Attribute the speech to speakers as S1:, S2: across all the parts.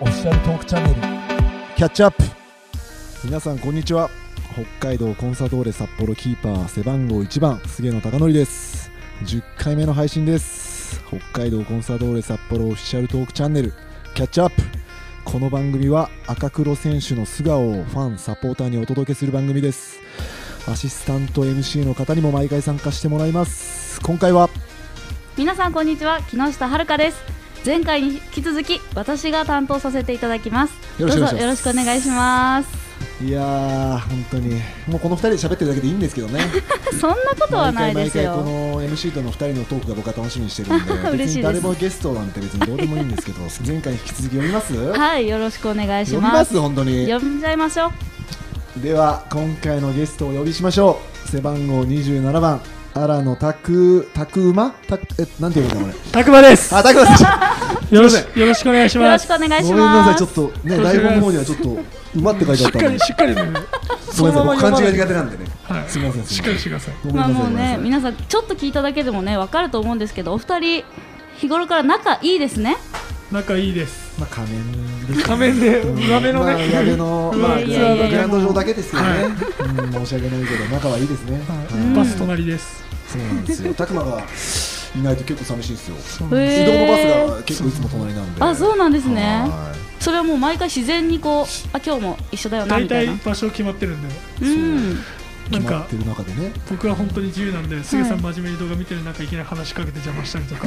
S1: クチャンネルキャッチアップ
S2: 皆さんこんにちは北海道コンサドーレ札幌キーパー背番号1番菅野貴則です10回目の配信です北海道コンサドーレ札幌オフィシャルトークチャンネルキャッチアップこの番組は赤黒選手の素顔をファンサポーターにお届けする番組ですアシスタント MC の方にも毎回参加してもらいます今回は
S3: 皆さんこんにちは木下遥です前回に引き続き私が担当させていただきます
S2: よろしくお願いします
S3: どうぞよろしくお願いします
S2: いやー本当にもうこの2人で喋ってるだけでいいんですけどね
S3: そんなことはないです
S2: 毎回
S3: よ
S2: 毎回この MC との2人のトークが僕は楽しみにしてるんで
S3: 嬉しいです
S2: 別に誰もゲストなんて別にどうでもいいんですけど前回に引き続き読みます
S3: はいよろしくお願いし
S2: 読み
S3: ま
S2: ますす本当に
S3: 呼んじゃいましょう
S2: では今回のゲストをお呼びしましょう背番号27番荒野拓拓馬たえなんて言うんだ これ
S4: たくまです。
S2: あ拓馬さん
S4: よろしよろしくお願いし
S3: よろ
S4: ま
S3: し
S4: す。
S3: くお願いし
S2: ごめんなさ
S3: ま
S2: いち
S3: す
S2: ょっとね
S4: お願いします
S2: 台本の方にはちょっと馬って書いて
S4: し
S2: あっ
S4: ったか
S2: ん
S4: り
S2: で
S4: しっかり
S2: ご
S4: ね。
S2: めんなさい僕
S4: そのま
S2: 勘
S4: ま
S2: 違い
S4: 読
S2: が苦手なんでね
S4: はい。
S2: すみません
S4: しっかりしてください。
S2: ごめんな
S3: まあ
S2: さい
S3: も
S2: ご
S3: う
S2: めんなさ
S3: ね
S2: い
S3: 皆さんちょっと聞いただけでもねわかると思うんですけどお二人日頃から仲いいですね
S4: 仲いいです。
S2: まあ仮面です
S4: 仮面で裏目の
S2: まあ
S4: ね。
S2: 上目 の、まあ、
S3: いやいやいやいや
S2: グラウンド上だけですけどね、うん、申し訳ないけど仲はいいですね、
S4: はい
S2: はい
S4: バス隣です。
S2: そうなんです よ拓磨がいないと結構寂しいんですよ移動のバス
S3: へー
S2: が結構いつも隣なんで
S3: あそうなんですね
S2: は
S3: それはもう毎回自然にこうあ今日も一緒だよな
S4: 大
S3: みたい
S4: 体
S3: な
S4: 場所決まってるんで、
S3: うん
S2: い
S4: なん
S2: 決ま
S4: か
S2: ってる中でね
S4: 僕は本当に自由なんで、すぐさん真面目に動画見てる中いきなり話しかけて邪魔したりとか。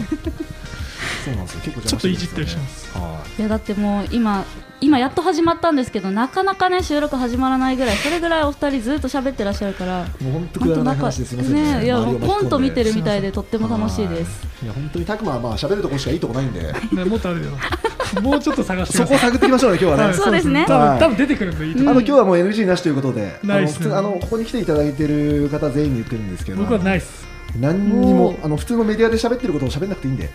S2: そうなんですよ結構
S4: ちょっといじったりします
S2: はい
S3: やだってもう今今やっと始まったんですけどなかなかね収録始まらないぐらいそれぐらいお二人ずっと喋ってらっしゃるから
S2: いもう本当く
S3: 本
S2: だ
S3: 当
S2: らない
S3: 仲
S2: 話ですいませんね
S3: ねいや
S2: 周りを
S3: もう
S2: 巻き込ん
S3: コ
S2: で
S3: ント見てるみたいでとっても楽しいです
S2: はいいや本当に拓磨はまあ喋るとこしかいいとこないん で
S4: ねもっとある よ。もうちょっと探して
S2: そ
S4: く
S2: こを
S4: ださい。
S2: 探っていきましょうね今日は
S4: は
S2: ね
S4: い
S3: そうですね
S4: 多
S2: はい
S4: 分多分出てくるんでいいと
S2: あ
S4: 思う。
S2: の今日はもう NG なしということで、あ
S4: な
S2: の
S4: いっ
S2: 普
S4: すね
S2: 通あのここに来ていただいてる方全員に言ってるんですけど、
S4: 僕はない
S2: い
S4: っす。
S2: 何にも
S3: もう
S2: あの普通のメディアで喋ってることを喋んなくていいんで、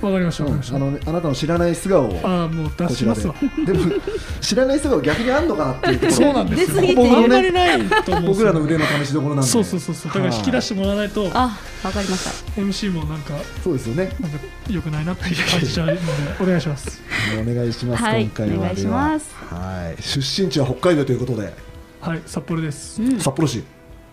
S4: わかりました。わかりまし
S2: あのあなたの知らない素顔を
S4: た。ああもう出
S2: こ
S4: し
S2: ちら
S4: ま
S2: です
S4: わ。
S2: でも知らない素顔逆にあんのかなっていうところ
S4: そうなんで
S3: 出
S4: す
S3: 過ぎ
S4: よ。
S3: ている
S4: あんまりないと思うんです
S2: 僕
S4: よ
S2: らの腕の試しどころなんで
S4: そうそうそうそうだから引き出してもらわないと
S3: あわかりました
S4: MC もなんか
S2: そうですよね
S4: なんか 良くないなっていう感じちゃうんでお願いします
S2: お願いします、
S3: はい
S2: 今回は
S3: お願いします
S2: でははい出身地は北海道ということで、
S4: はい札幌です
S3: うん
S2: 札幌市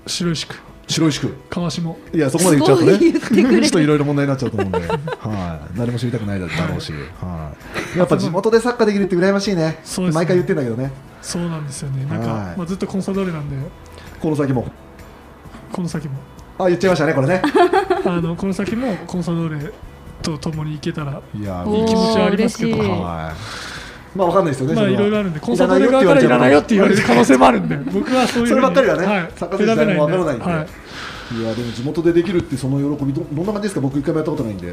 S4: 白石区
S2: 白石区
S4: 川下
S2: いやそこまで言っちゃうとね
S3: すごい言ってくれる
S2: ちょっといろいろ問題になっちゃうと思うんで、 はい、誰も知りたくないだろうし、はい、やっぱ地元でサッカーできるって羨ましいね
S4: そうですね
S2: 毎回言ってんだけどね
S4: そうなんですよねなん
S2: は
S4: か
S2: い、
S4: まあ、ずっとコンサドーレなんで
S2: この先も
S4: この先 も
S2: あ言っちゃいましたねこれ ね
S4: あのこの先もコンサドーレと共に行けたら
S2: いや
S3: おー
S4: いい気持ちはありますけど
S3: 嬉しい
S2: はいまあわかんないですよね
S4: まあ
S2: そ
S4: い
S2: れは
S4: ろいろあるんでコンサドーレ側からいらないよって言われる可能性もあ るんで僕はそういう
S2: そればっかりはね
S4: はい、
S2: サッカー選手誰もわからないんで
S4: はい、
S2: いやでも地元でできるってその喜びどどんな感じですか僕一回もやったことないんで
S4: い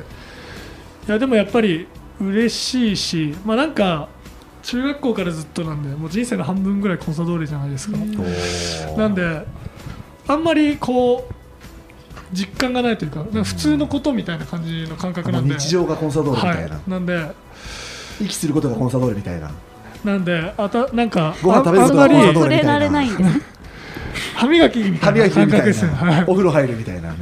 S4: やでもやっぱり嬉しいし、まあ、なんか中学校からずっとなんでもう人生の半分ぐらいコンサドーレじゃないですか、なんであんまりこう実感がないというかなんか普通のことみたいな感じの感覚
S2: も
S4: な
S2: うん
S4: で
S2: 日常がコンサドーレみたいな、
S4: はい、なんで
S2: 息することがコンサドーレみたいな
S4: なんであたなんか
S2: ご飯食べる
S4: あ
S2: こ
S4: ん
S2: と
S4: ま
S2: は
S4: り
S2: コンサドー
S3: 触
S2: レみ
S3: れ
S2: た
S3: ら
S2: い
S3: れ
S2: な
S3: ないんですね
S4: 歯磨きみた
S2: 歯
S4: い
S2: 磨
S4: な
S2: きみ
S4: 感
S2: たい
S4: 覚ですね、は
S2: ないお風呂入るみたいなね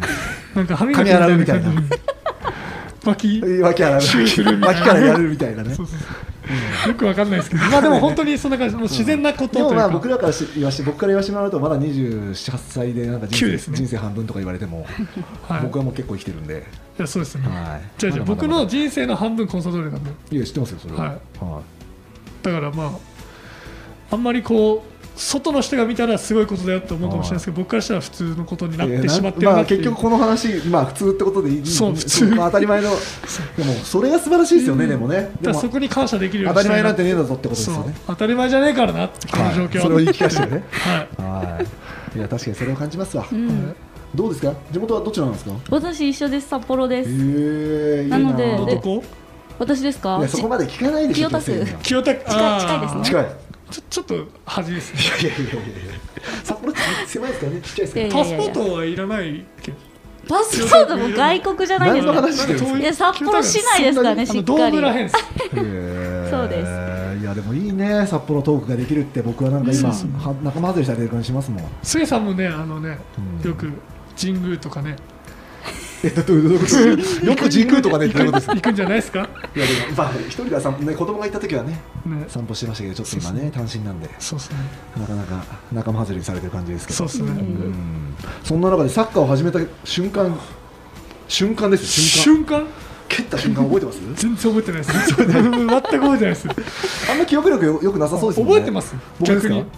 S4: なんか歯磨き
S2: 髪洗うみ
S4: 感じバキ
S2: 脇から 脇からやるみたいなね
S4: そうそうそうよくわかんないで すけど、まあでも本当にそんな感じ、もう自然なことと
S2: で
S4: いう
S2: も
S4: か、
S2: まあ僕らからし言わして僕から言わせてもらうとまだ28歳でなんか人
S4: 急
S2: 生
S4: ですね
S2: 人生半分とか言われても
S4: はい、
S2: 僕はもう結構生きてるんで、
S4: いやそうですね。
S2: はい、
S4: じゃあじゃあ
S2: まだまだ
S4: 僕の人生の半分コンサドーレなんで、
S2: いや知ってますよそれは、
S4: はい
S2: は
S4: だからまああんまりこう外の人が見たらすごいことだよって思うかもしれないですけど、僕からしたら普通のことになっ
S2: いや
S4: て
S2: な
S4: しまってる
S2: ま
S4: な
S2: あ
S4: ってい
S2: 結
S4: う。
S2: 局この話まあ普通ってことでいい
S4: そう普通
S2: まあ当たり前のでもそれが素晴らしいですよね、でもねで
S4: だか
S2: も
S4: らそこに感謝できるよう
S2: 当
S4: に
S2: た
S4: し
S2: り前
S4: たい
S2: な
S4: なっ
S2: んて
S4: て
S2: ねえだぞってことです
S4: そ
S2: よ
S4: う
S2: ね
S4: 当たり前じゃねえからなってこの状況は、
S2: はいそれを言い聞かせてね
S4: はい
S2: はいいや確かにそれを感じますわ、
S3: うん
S2: どうですか地元はどちらなんですか
S3: 私一緒です札幌で
S2: ええ
S3: す
S2: いい
S3: なのでで
S4: 男
S3: 私ですか
S2: いやそこまで聞かないでしょ
S3: 気を足す
S2: 女性には
S4: 清田近
S3: 近い近いですね
S2: 近い
S4: ちょちょっと恥ですね
S2: いやいやいやいや札幌って狭いですからねちっちゃいですか
S3: いや
S2: ら
S3: いや
S4: パスポートはいらないけど
S3: パスポートも外国じゃないです
S2: 何の
S3: か
S2: 話してるんですか
S3: いや札幌市内ですからね
S4: あ
S3: し
S4: の
S3: っ
S4: ド
S3: か
S4: ーム
S3: り
S4: らへんです
S2: へえ
S3: そうです
S2: いやでもいいね札幌トークができるって僕はなんか今
S4: そうそう
S2: は仲間外れされてる感じしますもん
S4: 杉さんもねあのね
S2: うん
S4: よく神宮とかね
S2: えだってよく神宮とかで行ってることです
S4: 行くんじ ゃないですか、
S2: いやでもまあ一人では散歩ね子供がいた時はね
S4: ね、
S2: 散歩してましたけどちょっと今ね単身なんで
S4: そうですね
S2: なかなか仲間外れにされてる感じですけど
S4: そうですね、
S2: うんそんな中でサッカーを始めた瞬間瞬間です瞬間
S4: 瞬間
S2: 蹴った瞬間覚えてます
S4: 全然覚えてないです全く覚えてないです
S2: あんま記憶力よよくなさそうですよね
S4: 覚えてます
S2: 僕ですか
S4: 逆に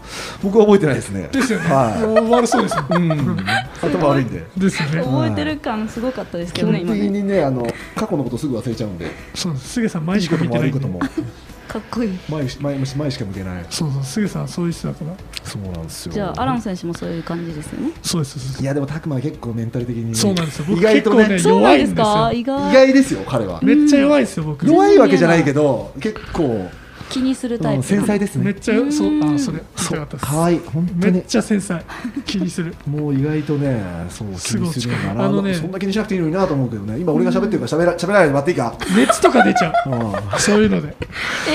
S2: 僕は覚えてないですね
S4: ですよね、もう
S2: は
S4: 終わるそうですよ
S2: い、うん、頭悪いんで
S4: ですよね
S3: 覚えてる感すごかったです
S2: 基
S3: けど
S2: 本
S3: ね
S2: 的
S3: 今ね
S2: にねあの過去のことすぐ忘れちゃうんで
S4: そうですすげさん
S2: い
S4: 毎
S2: い
S4: 日
S2: こと
S4: 見て
S2: も
S4: な
S2: 悪い
S4: いん
S2: こ
S4: で
S2: とも
S3: かっこいい
S2: 前し前前しか向けない
S4: そうそうすげさんそういう人だから
S2: そうなんですよ
S3: じゃあアラン選手もそういう感じですよね
S4: そうですそうです
S2: いやでも拓磨は結構メンタル的に
S4: そうなんですよ僕
S2: 意外とね
S4: 結構
S3: そうなんです
S4: 弱
S3: か
S4: い
S3: 意
S2: 意
S3: 外
S2: 外ですよ彼は
S4: めっちゃ弱いですよ僕
S2: 弱いわけじゃないけど結構、
S3: 気にするタ
S2: う
S3: イ
S2: ん、
S3: プ
S2: 繊細です
S4: め
S2: ね
S4: っちゃそうあそれ
S2: そ
S4: 痛か
S2: う
S4: ったです
S2: 可愛い本当
S4: め
S2: に
S4: っちゃ繊細気にする
S2: もう意外とねそう気
S4: す
S2: に
S4: ごい
S2: するようになら
S4: あのね
S2: そんな気にしなくていいのになと思うけどね今俺が喋ってるから 喋ら喋らないでもらっていいか、
S4: 熱とか出ちゃ
S2: う
S4: うんそういうので
S3: え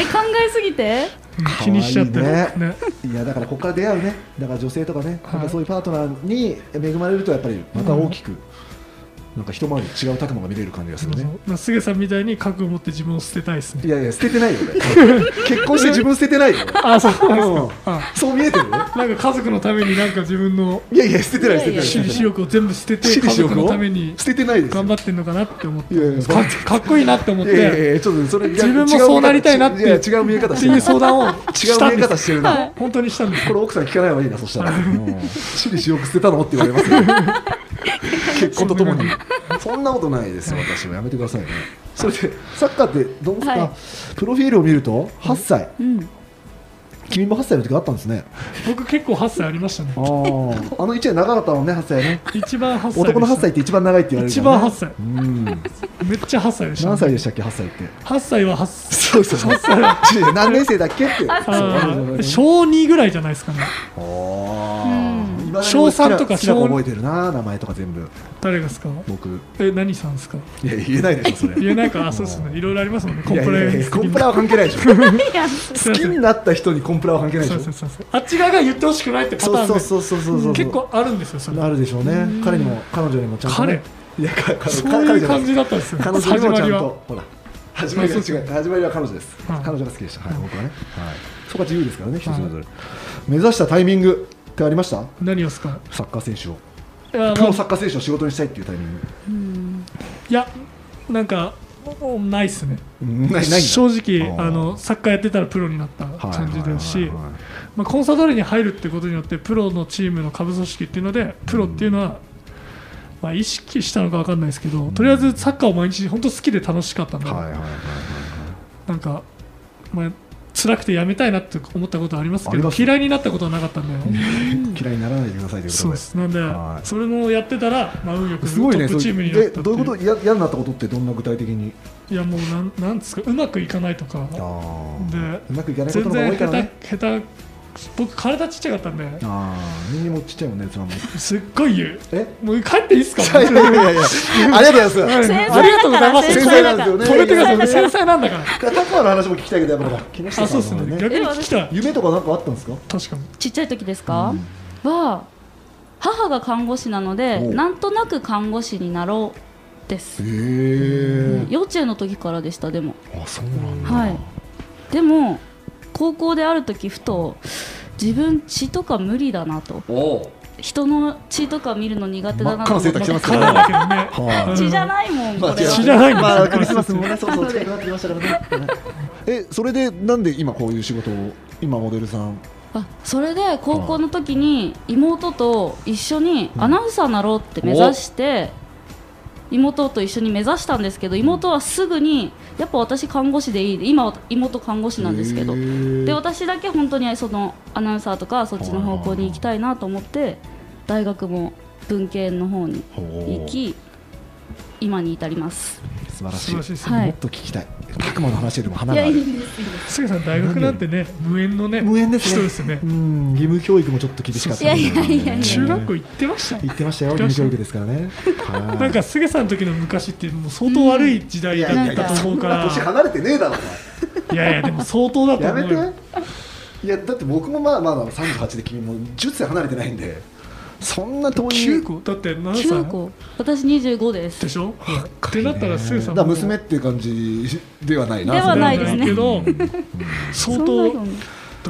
S3: 考えすぎて
S4: 気にしちゃって
S2: 可愛いね
S4: ね
S2: いやだからここから出会うねだから女性とかね、
S4: はい
S2: なんかそういうパートナーに恵まれるとやっぱりまた大きく、なんか一回り違う拓磨が見れる感じがす
S4: そ
S2: る
S4: う
S2: ね
S4: そうまあすげさんみたいに覚悟を持って自分を捨てたいですね
S2: いやいや捨ててないよ 俺結婚して自分捨ててないよ俺
S4: あそうなんです
S2: うん
S4: あ
S2: そう見えてる
S4: なんか家族のためになんか自分の
S2: いやいや捨ててない捨てて
S3: いや
S2: ない
S3: や
S4: 私利私
S2: 捨
S4: 欲を全部捨 てて
S2: て
S4: 家
S2: ない
S4: 族のために
S2: 捨ててないですよ
S4: 頑張ってんのかなって思って
S2: いやいや
S4: かかっこいいなって思っ
S2: いやいや
S4: て
S2: いやちょっとそれ
S4: 自分もそうなりたいなって
S2: いや違う見え方
S4: っ
S2: してて
S4: い
S2: る
S4: う相談を
S2: 違
S4: した
S2: うん見え
S4: で
S2: 方
S4: す
S2: して るな
S4: 本当にしたんです
S2: これ奥さん聞かない方がいいなそしたら私利私欲捨てたのって言われます よ結婚とともにそんなことないですよ私はやめてくださいねそれでサッカーってどうですか、
S3: はい
S2: プロフィールを見ると8歳
S3: うん
S2: 君も8歳の時があったんですね
S4: 僕結構8歳ありましたね
S2: ああの1年長かったもんね8歳ね
S4: 一番8歳でした
S2: 男の8歳って一番長いって言われるから、ね、
S4: 一番8 歳
S2: うん
S4: めっちゃ8歳でした
S2: 何歳でしたっけ8歳って
S4: 8歳は8歳
S2: そうそうそう 何年生だっけって
S4: あー小2ぐらいじゃないですかね
S3: うん
S2: 小
S4: 小三
S2: 3
S4: と
S2: と
S4: か
S2: か
S4: 小
S2: 覚えてるな名前とか全部
S4: 誰がですか
S2: 僕い
S4: え何さんですか
S2: や言えないでしょそれ
S4: 言えな いからあそうですねいろいろありますもんねコンプライア
S2: いやい
S4: ン
S2: やい
S4: ス
S2: や
S4: 的
S2: コ
S4: に
S2: ンプラは関係 ないでしょ
S3: いや
S2: 好きになった人にコンプラは関係ない
S4: そう
S2: で
S4: で
S2: し
S4: す
S2: ょ
S4: そうですあっち側が言ってほしくないってパタ
S2: そう
S4: ーン
S2: そう
S4: で
S2: そうそうそうそう
S4: 結構あるんですよそれ
S2: あるでしょうね彼にも彼女にもちゃんとねいやかか
S4: そう
S2: 彼
S4: い
S2: じ
S4: う
S2: ゃな
S4: 感じだったんですよ
S2: 彼女に
S4: 始
S2: も
S4: ま
S2: ちゃん
S4: りは
S2: とほら始まりは違う始まりは彼女です
S4: はい
S2: 彼女が好きでしたはい
S4: はい
S2: 僕はねはいそこは自由ですからね人
S4: はい
S2: それぞれ目指したタイミングってありました
S4: 何をですか
S2: サッカー選手を
S4: いや,、
S2: プ
S4: まあ
S2: ロサッカー選手を仕事にしたいっていうタイミング
S4: いやなんかおないっすね
S2: うんないないんだ
S4: 正直
S2: あー
S4: あのサッカーやってたらプロになった
S2: はい
S4: 感じです
S2: はい
S4: し
S2: はいはい
S4: まあコンサドーレに入るってことによってプロのチームの下部組織っていうのでプロっていうのは、まあ、意識したのか分かんないですけどとりあえずサッカーを毎日本当好きで楽しかったんで、
S2: はいはいはいはい
S4: なんか、まあ辛くてやめたいなって思ったことはあります
S2: あ
S4: け
S2: り
S4: ど
S2: ますよ
S4: 嫌いになったことはなかったんで
S2: 嫌いにならないでくださいということ
S4: そう
S2: で
S4: ですなんで、
S2: はい
S4: それもやってたら、まあ、運よく
S2: す
S4: ト
S2: ごいね
S4: ップチームになったって
S2: でどういうこと
S4: い
S2: 嫌嫌になったことってどんな具体的に
S4: いやもうなんなんですかうまくいかないとか
S2: あー
S4: で
S2: うまくいかないこと
S4: 全
S2: の方が多い
S4: 然
S2: か
S4: 下
S2: らね
S4: 手下手僕体ちっちゃかったんで
S2: ああ人間もちっちゃいもんねそれはもう
S4: すっごい言う
S2: え
S4: もう帰っていいっすか
S2: いやいやいやありがとうございます
S3: 繊
S4: ありがとうございま
S3: 細
S4: す
S2: 繊
S3: だ
S2: 細な
S3: から
S2: んですよね
S4: 止めてください、
S2: ね
S4: 俺繊細なんだから。
S2: タコの話も聞きたいけどやっぱほら木下
S4: あ、そ
S2: さ
S4: うです
S2: んの
S4: ね。
S2: ね
S4: 逆に聞きたい。
S2: 夢とかなんかあったんですか
S4: 確かに。
S3: ちっちゃい時ですか、は母が看護師なので
S2: おう
S3: なんとなく看護師になろうです
S2: え
S3: 幼稚園の時からでしたでも
S2: あそうなん
S3: はいでも高校である時ふと自分血とか無理だなと人の血とか見るの苦手だなと
S2: 真っ赤な
S3: 思
S2: セ
S3: っ
S2: ーター着て
S3: て
S2: ますからね
S4: カナだけどね。
S2: は
S3: 血じゃないもんこ
S2: まあ
S3: れは
S4: 血じゃないんですよ
S2: まあクリスマスもねそうそう近くなってきましたからねはいえそれでなんで今こういう仕事を今モデルさん
S3: あそれで高校の時に妹と一緒にアナウンサーになろうって目指して妹と一緒に目指したんですけど妹はすぐにやっぱ私看護師でいいで今は妹看護師なんですけど
S2: へー
S3: で私だけ本当にそのアナウンサーとかそっちの方向に行きたいなと思って大学も文系の方に行き今に至ります
S2: 素晴らし
S4: 素晴らしい
S2: い
S4: です
S3: は
S4: ね。
S3: い
S2: もっと聞きたいたくまの話よりも花
S3: い
S2: が
S3: や
S2: あ
S3: いい
S2: る
S3: んですいいんです
S4: すげさん、大学なんてね、無縁のね、
S2: 無縁ですね
S4: 人ですよね
S2: う。ん義務教育もちょっと厳しかった
S3: いやいやいやいや
S4: 中学校行ってました
S2: 言ってましたよ、義務教育ですからね。はい
S4: なんか、すげさんの時の昔って、もう相当悪い時代だった
S3: なん
S4: と思うから。
S2: 年離れてねえだろ、
S4: いやいや、でも相当だ
S2: お前
S4: と
S2: や
S4: 思
S2: め
S4: うよ。
S2: て。いや、だって僕もまあまだ38で君も10歳離れてないんで、そんな遠
S4: 9
S2: い
S4: 個だって7歳
S3: 9個私25です
S4: でしょってなったらすぐさ
S2: だから娘っていう感じではないな
S3: ではないですね
S4: けど相当
S3: そんなの
S4: だ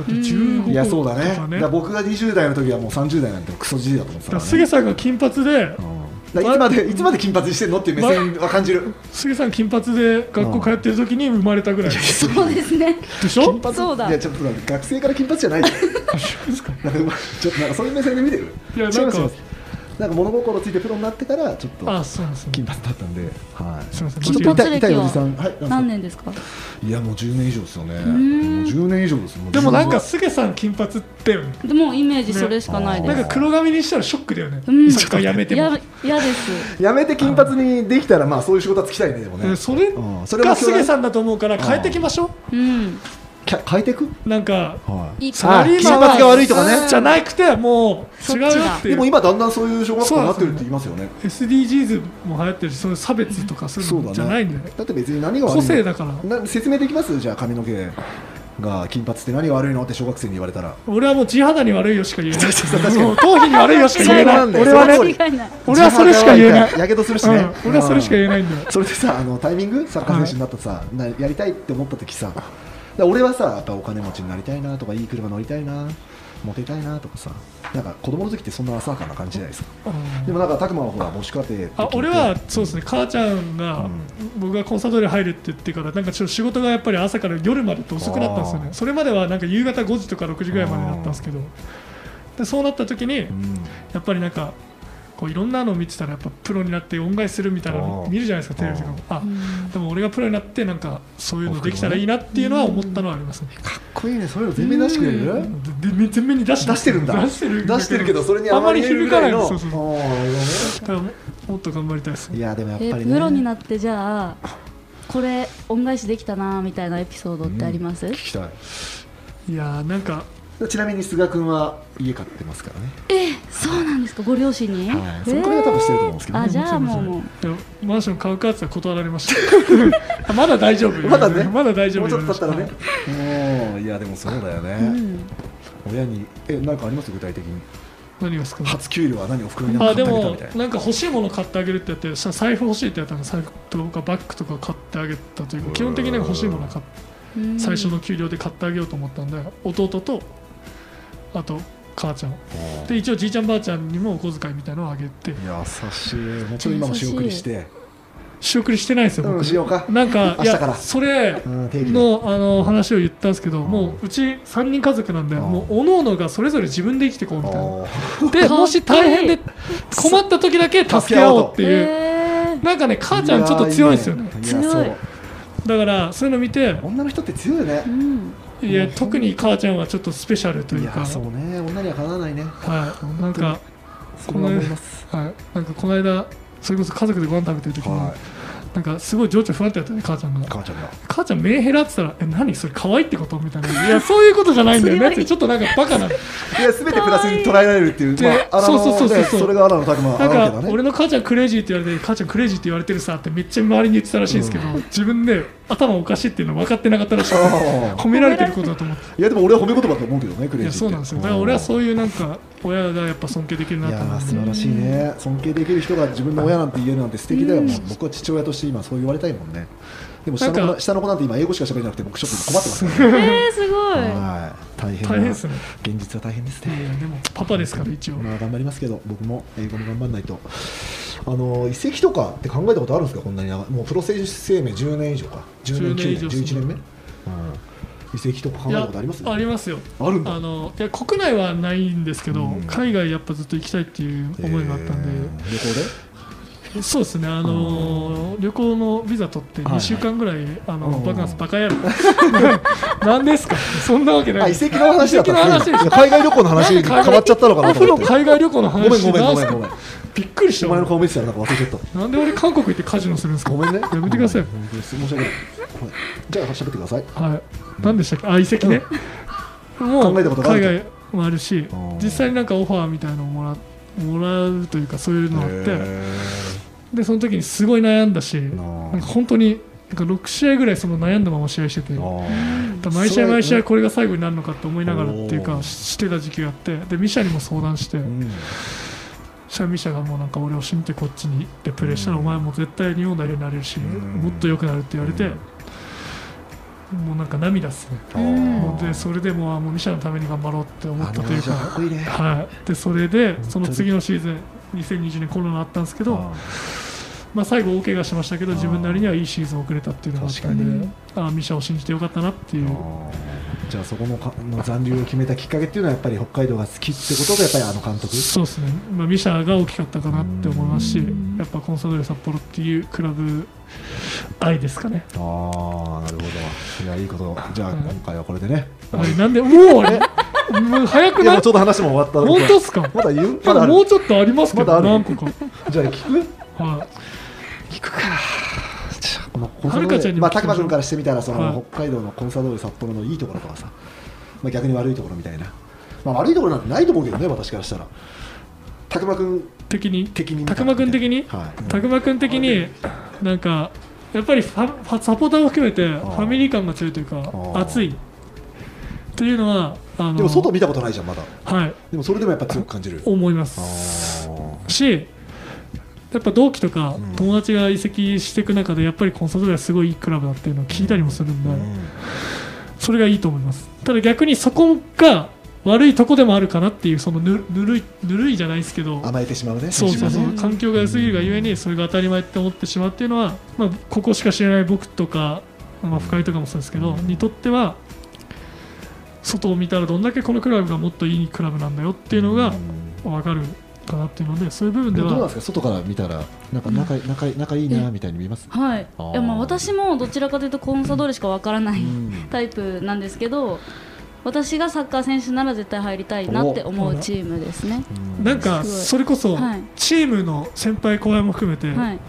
S4: って15
S2: そ
S4: 個
S2: れいやそうだ
S4: と
S2: ね
S4: か
S2: だ
S4: ね
S2: から僕が20代の時はもう30代なんてクソじじいだと思ってた
S4: だから
S2: から、
S4: 杉
S2: ね
S4: さんが金髪で
S2: うん、だからいつまでいつまで金髪にしてんのっていう目線は感じる、
S4: 杉さん金髪で学校通ってる時に生まれたぐらいで
S3: そうですね
S4: しょ
S2: 金髪
S3: そうだ
S2: いやちょっと学生から金髪じゃ ないなんかちょっとなんかそういう目線で見てる
S4: いやなんか
S2: 違います違いますなんか物心ついてプロになってからちょっと
S4: あそうなんですね
S2: 金髪だったんで、はい、
S4: すいません
S2: ちょっと痛い痛い
S3: 金
S2: お
S3: 髪
S2: じ
S3: 歴
S2: さ
S3: は
S2: ん、はい、
S3: 何年ですか
S2: いやもう10年以上ですよねもうん10年以上ですもう
S4: でもなんか
S2: 10
S4: 杉さん金髪って
S3: でもイメージそれしかない
S4: な
S3: で
S4: ん
S3: す
S4: か黒髪にしたらショックだよね
S3: うん
S4: サッカーやめても
S3: や嫌です
S2: やめて金髪にできたらまあそういう仕事はつきたいねでもね
S4: でそれ
S2: うんそれ
S4: が
S2: はそれ
S4: 杉さんだと思うから変えてきましょ
S3: うん
S2: きゃ変えていく
S4: うなんか
S2: はい
S3: いい
S4: サラリーマン
S2: 金髪が悪いとかね
S4: じゃなくてもう
S3: そっ
S4: 違
S3: ち
S4: う
S3: だ
S4: よってい
S2: で
S4: う
S2: も今だんだんそういう小学校になってるって言いますよね
S4: SDGs も流行ってるしそういう差別とかそういうのじゃないんだよ
S2: だって別に何が悪い
S4: 個性だから
S2: な説明できますじゃあ髪の毛が金髪って何が悪いのって小学生に言われたら
S4: 俺はもう地肌に悪いよしか言えな い
S2: 確かに
S4: もう頭皮に悪いよしか言えな
S2: そうなんだ
S4: い
S2: よ
S4: 俺は
S2: その通
S4: ね
S2: り
S3: 間違いない
S4: 俺はそれしか言えない
S2: やけどするしね、
S4: うん俺はそれしか言えないんだよ
S2: それでさあのタイミングサッカー選手になったさ、なやりたいって思った時さだから俺はさやっぱお金持ちになりたいなとかいい車乗りたいなモテたいなとかさなんか子供の時ってそんな浅はかな感じじゃないですかでもなんか拓磨はほら母子家庭って聞いて
S4: あ俺はそうですね母ちゃんが、
S2: うん
S4: 僕がコンサートで入るって言ってからなんかちょっと仕事がやっぱり朝から夜までって遅くなったんですよね
S2: あー
S4: それまではなんか夕方5時とか6時ぐらいまでだったんですけどでそうなった時に
S2: うん
S4: やっぱりなんかこういろんなのを見てたらやっぱプロになって恩返しするみたいなの
S2: あー
S4: 見るじゃないですかテレビとかもあ
S3: うん
S4: でも俺がプロになってなんかそういうのできたらいいなっていうのは思ったのはありますね
S2: かっこいいねそういうの全面出してくれる
S4: でで全面に出して
S2: 出してるんだ
S4: 出してるんだ
S2: 出してるけどそれに
S4: あ
S2: あ
S4: ま
S2: ま
S4: り
S2: り
S4: 響
S2: 響
S4: か
S2: か
S4: な
S2: ないい
S4: の
S2: の
S4: そうそう
S2: あーなるほどね
S4: だからももっと頑張りたいですね
S2: いやでもやっぱ
S3: え
S2: りね
S3: プロになってじゃあこれ恩返しできたなみたいなエピソードってあります、
S2: 聞きた
S4: いやーなんか
S2: いちなみに菅君は家買ってますからね
S3: そうなんですかご両親に、
S2: はいそのくらいは多分してると思うんですけどね
S3: あじゃあもうもう
S4: でもマンション買うかって断られました まだ大丈夫
S2: まだね
S4: まだ大丈
S2: も
S4: 夫
S2: うちょっと経ったら
S4: は
S2: ね
S4: い
S2: もういやでもそうだよね、
S3: うん、
S2: 親にえなんかあります具体的に
S4: 何がですか
S2: 初給料は何お袋に
S4: あ
S2: 何
S4: で
S2: 買ってあげた
S4: も
S2: みたいな
S4: なんか欲しいもの買ってあげるってやってさ財布欲しいってやったの財布とかバッグとか買ってあげたというか基本的になんか欲しいものは買っ
S3: うん
S4: 最初の給料で買ってあげようと思ったんで弟とあと母ちゃんで一応じいちゃんばあちゃんにもお小遣いみたいなのをあげて
S2: 優しいもちろん今も仕送りして
S4: 仕送りしてないんですよ
S2: うん
S4: 僕
S2: しようか
S4: なんか
S2: 明
S4: い
S2: 日から
S4: やそれ
S2: うん定期で
S4: のあの話を言ったんですけどもううち3人家族なんで
S2: うん
S4: もうおののがそれぞれ自分で生きてこうみたいな
S2: おー
S4: でもし大変で困った時だけ助け合おうっていう
S3: え
S4: なんかね母ちゃんちょっと強いんですよね
S2: いやいいねいや
S3: 強い
S2: そう
S4: だからそういうの見て
S2: 女の人って強いよね
S3: ー うん、
S4: いや特に母ちゃんはちょっとスペシャルと
S2: い
S4: いうか
S2: やそうね女にはかなわないね
S4: はいなんか
S2: それは思います
S4: はい、なんかこの間それこそ家族でご飯食べてる時に、
S2: は
S4: なんかすごい情緒不安定だったね母ちゃん
S2: い
S4: が
S2: 母ちゃんが
S4: 母ちゃん目減らって言ったら「え何それ可愛いってこと?」みたいな「いやそういうことじゃない んだよね」ってちょっとなんかバカなの
S2: いや全てプラスに捉えられるっていう
S4: で
S2: まあ荒野
S4: そうそうそう
S2: ね
S4: そう
S2: それが荒野拓磨荒野
S4: な
S2: 家
S4: ん
S2: だ
S4: か
S2: ね
S4: 俺の母ちゃんクレイジーって言われて母ちゃんクレイジーって言われてるさってめっちゃ周りに言ってたらしいんですけど、自分で頭おかしいっていうの分かってなかったらしい
S2: あー
S4: 褒められてることだと思って
S2: いやでも俺は褒め言葉だと思うけどねク
S4: い
S2: レイジー
S4: や
S2: って
S4: そうなんですよだから俺は
S2: う
S4: そういうなんか親がやっぱ尊敬できる
S2: い
S4: な
S2: や
S4: と思
S2: ー
S4: って
S2: 素晴らしいね尊敬できる人が自分の親なんて言えるなんて素敵だよ、もう僕は父親として今そう言われたいもんねでも下の子
S4: なん
S2: な
S4: か
S2: 下の子なんて今英語しか喋れなくて僕ちょっと今困ってますからね
S3: えー、すごい
S2: はい大変な
S4: 大変ですね
S2: 現実は大変です
S4: いやい
S2: ね
S4: やでもパパですから一応
S2: まあ頑張りますけど僕も英語も頑張んないとあの移籍とかって考えたことあるんですかこんなに長いもうプロ選手生命10年以上か10年9年
S4: 10年以上
S2: 11年目、うん、移籍とか考え
S4: い
S2: た
S4: や
S2: ことあります
S4: ありますよ
S2: あるんだ
S4: あのいや国内はないんですけど、
S2: うん
S4: 海外やっぱずっと行きたいっていう思いがあったんで、
S2: えー旅行で
S4: そうですね、あのー旅行のビザ取って
S2: はいは
S4: 2
S2: い
S4: 週間ぐらい、あの
S2: うん
S4: バカンスバカ やるなんですかそんなわけな
S2: あ
S4: い
S2: 移籍の話だったんですね
S4: 移
S2: い
S4: 籍の話
S2: や海外旅行の話に変わっちゃったのか
S4: ア
S2: なと
S4: フ
S2: 思
S4: ロ
S2: って
S4: 海外旅行の
S2: ごめん
S4: 話
S2: ごめん
S4: な
S2: ご
S4: ん
S2: め
S4: す
S2: ん
S4: か
S2: ごめん
S4: びっくりし
S2: お
S4: た
S2: 前の
S4: わ
S2: 顔見てたらなんか忘れちゃった
S4: なんで俺韓国行ってカジノするんですか
S2: ごめんね
S4: やめてください
S2: ごめん申し訳ないごめんじゃあ喋ってください
S4: はい、何でしたっけあ移籍ね、もう
S2: 考えたことがあ
S4: 海
S2: ると
S4: 外もあるし
S2: ん
S4: 実際になんかオファーみたいのをもらもらうというかそういうのあってでその時にすごい悩んだしなんか本当になんか6試合ぐらいその悩んだまま試合してて毎試合毎試合これが最後になるのかって思いながらっていう
S2: お
S4: か
S2: ー
S4: ししてた時期があってでミシャにも相談して
S2: うん
S4: シャミシャがもうなんか俺を信じてこっちに行ってプレーしたらお前もう絶対日本代表になれるしもっと良くなるって言われてもうなんか涙っすねもうでそれでもうあもうミシャのために頑張ろうって思ったというかはい、でそれでその次のシーズン2020年コロナあったんですけどまあ、最後大怪我しましたけど自分なりにはいいシーズンを送れたっていうのがあったんでああミシャを信じてよかったなっていう
S2: じゃあそこのかの残留を決めたきっかけっていうのはやっぱり北海道が好きってことがやっぱりあの監督
S4: そうですね、まあ、ミシャが大きかったかなって思いますしやっぱコンサドーレ札幌っていうクラブ愛ですかね
S2: ああなるほどいやいいことじゃあ今回はこれでね、
S4: あれなんでもうあれもう早く
S2: いや
S4: な
S2: も
S4: いう
S2: ちょうど話も終わった
S4: 本当っすか
S2: まだ言うまだ
S4: まだ
S2: ある
S4: もうちょっとありますけど、
S2: まだある
S4: 何個か、
S2: じゃあ聞く
S4: は
S2: 聞くかじゃあこのコンサ
S4: は
S2: ド
S4: る
S2: ー
S4: かちゃん
S2: レ
S4: に
S2: ま
S4: も
S2: あ
S4: 聞
S2: 拓
S4: きましょう
S2: 磨君からしてみたらその、
S4: はい
S2: 北海道のコンサドーレ札幌のいいところとかさ、まあ、逆に悪いところみたいな、まあ、悪いところなんてないと思うけどね私からしたら拓磨君
S4: い、的に
S2: 的に
S4: 拓磨君的に
S2: はい
S4: 拓磨君的になんかやっぱりファファサポーターを含めてファミリー感が強いというか
S2: ああ
S4: 熱いというのはあの
S2: でも外見たことないじゃんまだ
S4: はい
S2: でもそれでもやっぱ強く感じる
S4: 思いま
S2: あ
S4: す
S2: ー
S4: しやっぱ同期とか友達が移籍していく中でやっぱりコンサドーレはすごいいいクラブだっていうのを聞いたりもするんで、それがいいと思いますただ逆にそこが悪いとこでもあるかなっていうそのぬぬるいぬるいじゃないですけど
S2: 甘えてしまうね
S4: そうそうそ
S2: 選
S4: う
S2: 手がね
S4: 環境が良すぎるがゆえにそれが当たり前って思ってしまうっていうのは、まあ、ここしか知らない僕とか、まあ、深井とかもそうですけど、にとっては外を見たらどんだけこのクラブがもっといいクラブなんだよっていうのが分かるかなっていうのでそういう部分で
S2: でもどうなん
S4: は
S2: ですか外から見たらなんか仲仲仲いいなみたいに見えます
S3: はい
S2: あー
S3: いやまあ私もどちらかというとコンサドーレしかわからない
S2: ん
S3: タイプなんですけど私がサッカー選手なら絶対入りたいなって思うチームですね。
S4: なんか
S3: すごい
S4: それこそ
S3: はい
S4: チームの先輩後輩も含めて、
S3: はい、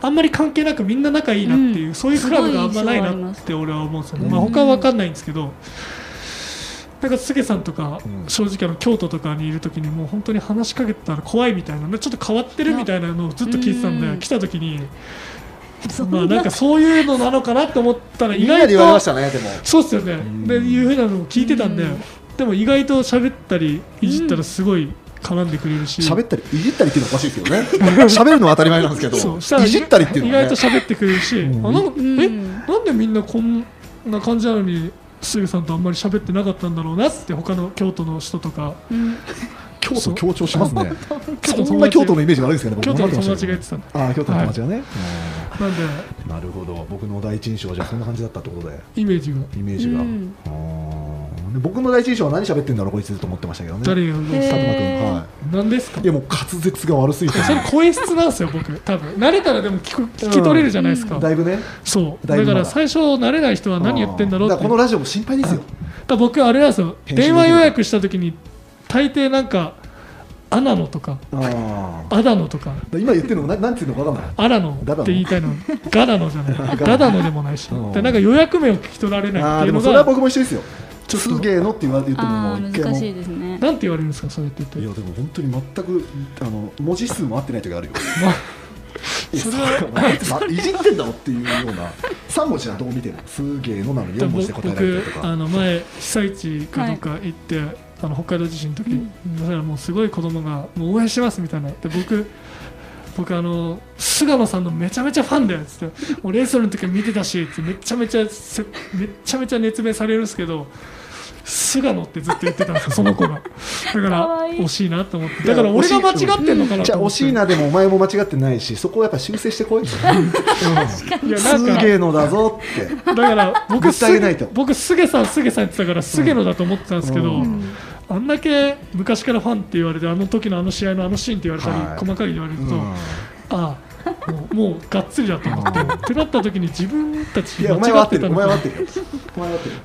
S4: あんまり関係なくみんな仲いいなっていう、
S3: うん
S4: そういうクラブがあんまな
S3: すごい
S4: い
S3: 印象あり
S4: な
S3: ま
S4: っ
S3: す
S4: て俺は思うんですよね、まあ、他は分かんないんですけどなんか菅さんとか、
S2: うん
S4: 正直あの京都とかにいる時にもう本当に話しかけてたら怖いみたいなちょっと変わってるみたいなのをずっと聞いてたんで、
S3: うん
S4: 来た時に
S3: そん
S4: まあなんか
S3: な
S4: そういうのなのかなと思ったら
S2: み
S4: 意
S2: んな
S4: 外
S2: で言われま
S4: と
S2: したねでも
S4: そうっすよね、でいうふうなのを聞いてたんで、
S3: うん
S4: でも意外と喋ったりいじったらすごい絡んでくれるし、
S2: 喋ったりいじったりっていうのはおかしいですけどね喋るのは当たり前なんですけ
S4: そ
S2: ど
S4: うしたら
S2: いじったりっていう
S4: 意
S2: のは
S4: 外
S2: ね
S4: と喋ってくれるし、あなんか
S3: ん
S4: えなんでみんなこんな感じなのにすぐさんとあんまり喋ってなかったんだろうなって他の京都の人とか
S3: うん
S2: 京都強調します ね
S4: 京都
S2: そんな京都の
S4: 友
S2: イメージ悪いですけどね
S4: 京都の友達が
S2: 言
S4: 言ってたんで
S2: ああ京都の友達がねう
S4: なんで
S2: んなるほど僕の第一印象はじゃあそんな感じだったってことで
S4: イメージが
S2: イメージが
S3: うん
S2: あーで僕の第一印象は何喋ってんだろうこいつと思ってましたけどね
S4: 誰が
S3: へ
S2: 佐
S3: ー
S2: 久間君は
S4: 何ですか
S2: いいやもう滑舌が悪すぎて
S4: それ声質なんですよ僕多分慣れたらでも聞く聞き取れるじゃないですか、
S2: だいぶね
S4: そう
S2: だいぶ
S4: だか
S2: まだ
S4: ら最初慣れない人は何言ってんだろう
S2: あー
S4: って
S2: からこのラジオも心配ですよ
S4: だから僕あれなんですよ
S2: 編集できる
S4: 電話予約した時に大抵なんか「アナノ」とか
S2: あ
S4: 「アダノ」とか
S2: ー今言ってるのもななんていうのかわからない
S4: アラノ
S2: ダダノ
S4: って言いたいの ガダノじゃないガダノでもないし
S2: うん
S4: でなんか予約名を聞き取られないっ
S2: あー
S4: てい
S2: で
S4: うの
S2: もそれは
S4: が
S2: 僕も一緒ですよ
S4: ちょっと
S2: すげえのって言われても
S3: あ
S2: もう
S3: ー
S2: 一回
S3: 難
S2: も
S3: しいですね。
S4: なんて言われるんですかそうやって
S2: い
S4: 言っ
S2: やでも本当に全くあの文字数も合ってない時あるよ。いや
S4: それは
S2: そうかあいつ まいじってんだろっていうような3文字はどう見てもすげえのなのに
S4: て
S2: 4文字で
S4: 僕
S2: 答えられたりと
S4: 僕あ
S2: か
S4: の前被災地かどっか行って、あの北海道地震の時だからもうすごい子供がもう応援してますみたいなで僕僕あの菅野さんのめちゃめちゃファンだよっつってもうレースの時は見てたしってめちゃめちゃせめちゃめちゃ熱弁されるんですけど菅野ってずっと言ってたん ですよその子がだか
S3: からわいい
S4: 惜しいなと思ってだから俺が間違ってんのかな
S2: じゃ
S4: と
S2: あ惜
S4: 思って
S2: しいなでもお前も間違ってないしそこをやっぱ修正してこい す
S4: いやなんか
S2: げえのだぞって
S4: だから僕
S2: ぶつ上げないと
S4: 僕すげさんすげさんって言ってたからすげのだと思ってたんですけど、
S2: うんう
S4: あんだけ昔からファンって言われてあの時のあの試合のあのシーンって言われたり、
S2: はい
S4: 細かい言われると、
S2: うん
S4: ああもうもうがっつりだと思ってってなった時に自分たち
S2: いやお
S4: 間
S2: 前は合っ
S4: 違って
S2: てる
S4: た
S2: お
S4: の
S2: 前は合
S4: か
S2: ってるよお前は合ってる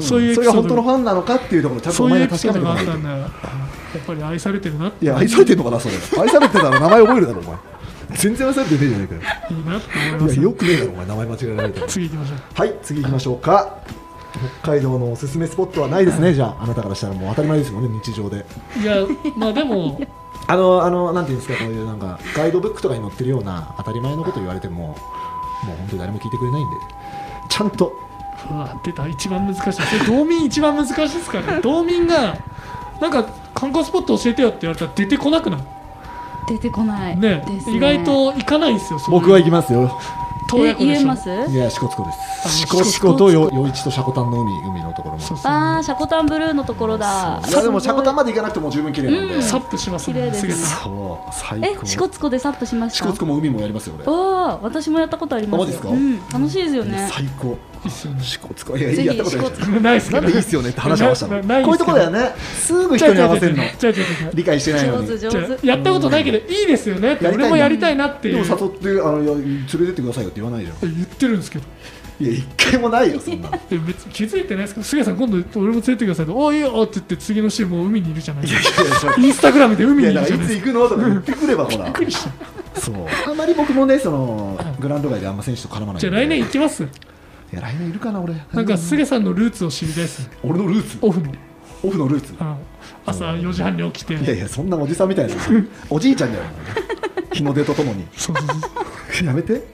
S2: うん
S4: そういうエピソード
S2: それが本当のファンなのかっていうところをちゃんと
S4: そ
S2: お
S4: ういう
S2: 前が
S4: エピ
S2: 確
S4: ソ
S2: か
S4: ー
S2: め
S4: ド
S2: てこ
S4: が
S2: ないと
S4: あったんだよやっぱり愛されてるなって
S2: いや愛されてんのかなそれ愛されてたら名前覚えるだろお前全然愛されてねえじゃねえかよ
S4: いいなって思い
S2: い
S4: ま
S2: や
S4: す
S2: よくねえだろお前名前間違えられて
S4: 次行きましょう
S2: はい次行きましょうか北海道のおすすめスポットはない ですねじゃああなたからしたらもう当たり前ですよね日常で
S4: いやまあで も
S2: あのあのなんていうんですかこういうなんかガイドブックとかに載ってるような当たり前のこと言われてももう本当に誰も聞いてくれないんでちゃんと
S4: うわ出た一番難しいそれ道民一番難しいで すからね道民がなんか観光スポット教えてよって言われたら出てこなくなる
S3: 出てこない
S4: ね
S3: ですね
S4: 意外と行かないんですよ
S2: 僕は行き
S4: ま
S2: ますよ
S4: す
S3: え言えます
S2: いやシコツコです
S4: あ
S2: シコツコとよ余市とシャコタンの海海のところも
S4: そうそう
S3: ああシャコタンブルーのところだ
S2: いやでもシャコタンまで行かなくても十分綺麗なんで、
S3: うん
S4: サップします
S3: 綺麗
S4: ね
S3: です
S4: すげえ
S2: そう最
S3: え
S2: 高
S3: 支笏湖でサップしまし
S2: シ
S3: た
S2: コツコも海もやりますよ俺
S3: おお私もやったことあります
S2: あマジですか
S3: うん、楽しいですよね
S2: 最高
S4: いいっすよね
S2: シコツコいや
S3: ぜひ
S2: やったことない
S3: 支笏
S4: なないっす
S2: な
S4: け
S2: んで
S4: ど
S2: いいっすよねって話しました
S4: な
S2: の
S4: なないっすけど
S2: こういうとこだよねすぐ人に合わせるの
S4: 違う違う違う違う
S2: 理解してないの
S3: 上
S2: に
S3: 手上
S4: 違う違
S3: 手
S4: うやったことないけどいいですよねって
S2: やりたいんだ
S4: 俺もやりたいなって
S2: で
S4: い
S2: も
S4: う
S2: 誘ってあのいや連れてってくださいよって言わないじゃん
S4: 言ってるんですけど
S2: いや一回もないよそん なの
S4: え別に気づいてないですけど杉谷さん今度俺も連れてってくださいと「おいいよ」って言って次の週もう海にいるじゃないですかインスタグラムで海
S2: い
S4: に
S2: やだ
S4: いる
S2: か
S4: じ
S2: ら
S4: ゃ
S2: いつ
S4: ないですか
S2: 行くのとか言ってくればほら
S4: びっくりした
S2: そうあまり僕もねそのグラウンド外であんま選手と絡まないんで
S4: じゃあ来年行きます
S2: いや来年いるかな俺
S4: なんか杉谷さんのルーツを知りたいですね
S2: 俺のルーツ
S4: オフの
S2: オフのルーツ
S4: あの朝4時半に起きて
S2: いやいやそんなおじさんみたいなおじいちゃんだよ日の出とともに
S4: そうそう そう
S2: やめて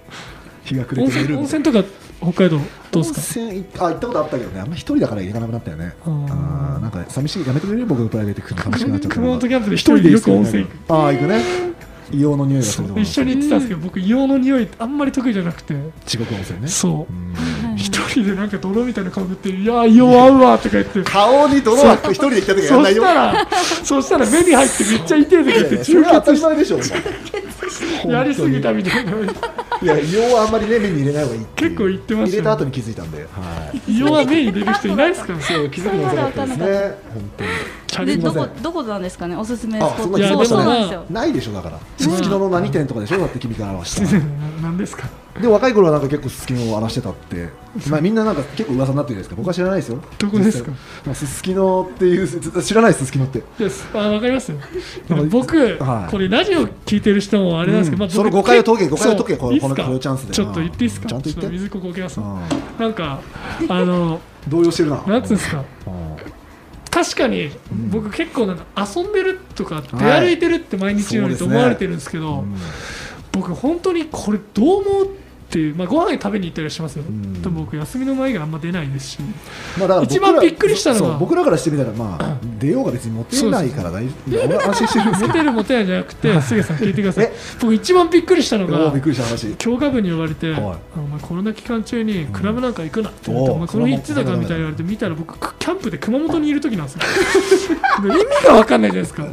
S2: 日が暮
S4: 温
S2: れて寝
S4: 泉
S2: るんだ
S4: 温泉とか北海道どうですか
S2: 温泉行っあ行ったことあったけどねあんま一人だから行かなくなったよね
S4: あー
S2: あーなんか寂しいやめてくれる僕のプライベート行くの寂しくなっちゃった
S4: 熊本キャンプで一
S2: 一
S4: 人
S2: 人
S4: で
S2: で
S4: よ
S2: よ
S4: く
S2: く
S4: 温
S2: 温
S4: 泉
S2: 泉
S4: 行
S2: 行くああ行くね硫黄の匂いがするところ
S4: 一緒に行ってたんですけど僕硫黄の匂いあんまり得意じゃなくて
S2: 地獄温泉ね
S4: そう
S2: うん
S4: 一人でなんか泥みたいな顔塗って「いやー硫黄合うわ」とか言って
S2: 顔に泥は一人で来た時はやん
S4: そ
S2: ない
S4: し
S2: よ
S4: たら、そしたら目に入ってめっちゃ痛いとか
S2: い
S4: 言っ
S2: やい
S4: て
S2: やそれ
S4: 中
S2: は当た
S4: 血
S2: り前でしょ
S4: やりすぎたみ
S2: い
S4: たいな。
S2: いや硫黄はあんまりね目に入れない方がいいっていう
S4: 結構言ってました
S2: 入れ
S4: よね
S2: た後に気づいたんではい
S4: 異様な目に出る人いないですからね。
S2: 気づくの遅かったです
S3: それ
S2: ね本当に
S4: チャ
S3: で
S4: リ
S2: ま
S4: も
S3: ど
S2: せん
S3: こどこなんですかねおすすめスポ
S2: あそんな
S3: ッ
S2: 聞
S3: ト
S2: き
S3: そ
S2: ま
S3: う
S2: したね
S3: そうなんですよ
S2: ないでしょだからすすきのの何店とかでしょだって君からはしたら
S4: 何ですか
S2: で若い頃はなんか結構すすきのを荒らしてたって、まあ、みんななんか結構噂になってるじゃないですか僕は知らないですよ
S4: どこですか
S2: 実際まあすすきのっていうず知らないですすきのって
S4: ですあわかりますよ
S2: なんか
S4: 僕、
S2: はい
S4: これラジオ聞いてる人もあれなんですけ
S2: うん
S4: ど、僕
S2: その誤解を解け
S4: 結構
S2: 誤解を解けこ
S4: そう
S2: の
S4: いいっ
S2: こ
S4: すか
S2: のこのチャンスで
S4: ちょっと言っていいですか
S2: ちゃんと言って
S4: ょっ水ここ置きます
S2: うん
S4: なんかあの
S2: 動揺してるな
S4: なんつうんですか
S2: うん
S4: 確かに僕結構なんか遊んでるとか出歩いてるって毎日のようにと思われてるんですけど、
S2: うん
S4: 僕本当にこれどう思うっていう、まあ、ご飯食べに行ったりはしますよ、
S2: ん
S4: でも僕休みの前があんま出ないですし
S2: まあ、だから僕ら
S4: 一番びっくりしたのは
S2: そう僕らからしてみたら、まあ、出ようが別にモテないから大丈夫俺は安心してるんです
S4: モ
S2: け
S4: テるモテないじゃな くて杉谷さん聞いてください
S2: え
S4: 僕一番びっくりしたの
S2: どおー
S4: が
S2: びっくりした話
S4: 教科部に呼ばれて、
S2: はい
S4: あのお前コロナ期間中にクラブなんか行くなって言われて、
S2: うん
S4: お前
S2: おー
S4: この日行ってた
S2: ク
S4: か
S2: ラブ
S4: みたいに言われて見たら僕キャンプで熊本にいる時なんですよ で意味が分かんないじゃないですか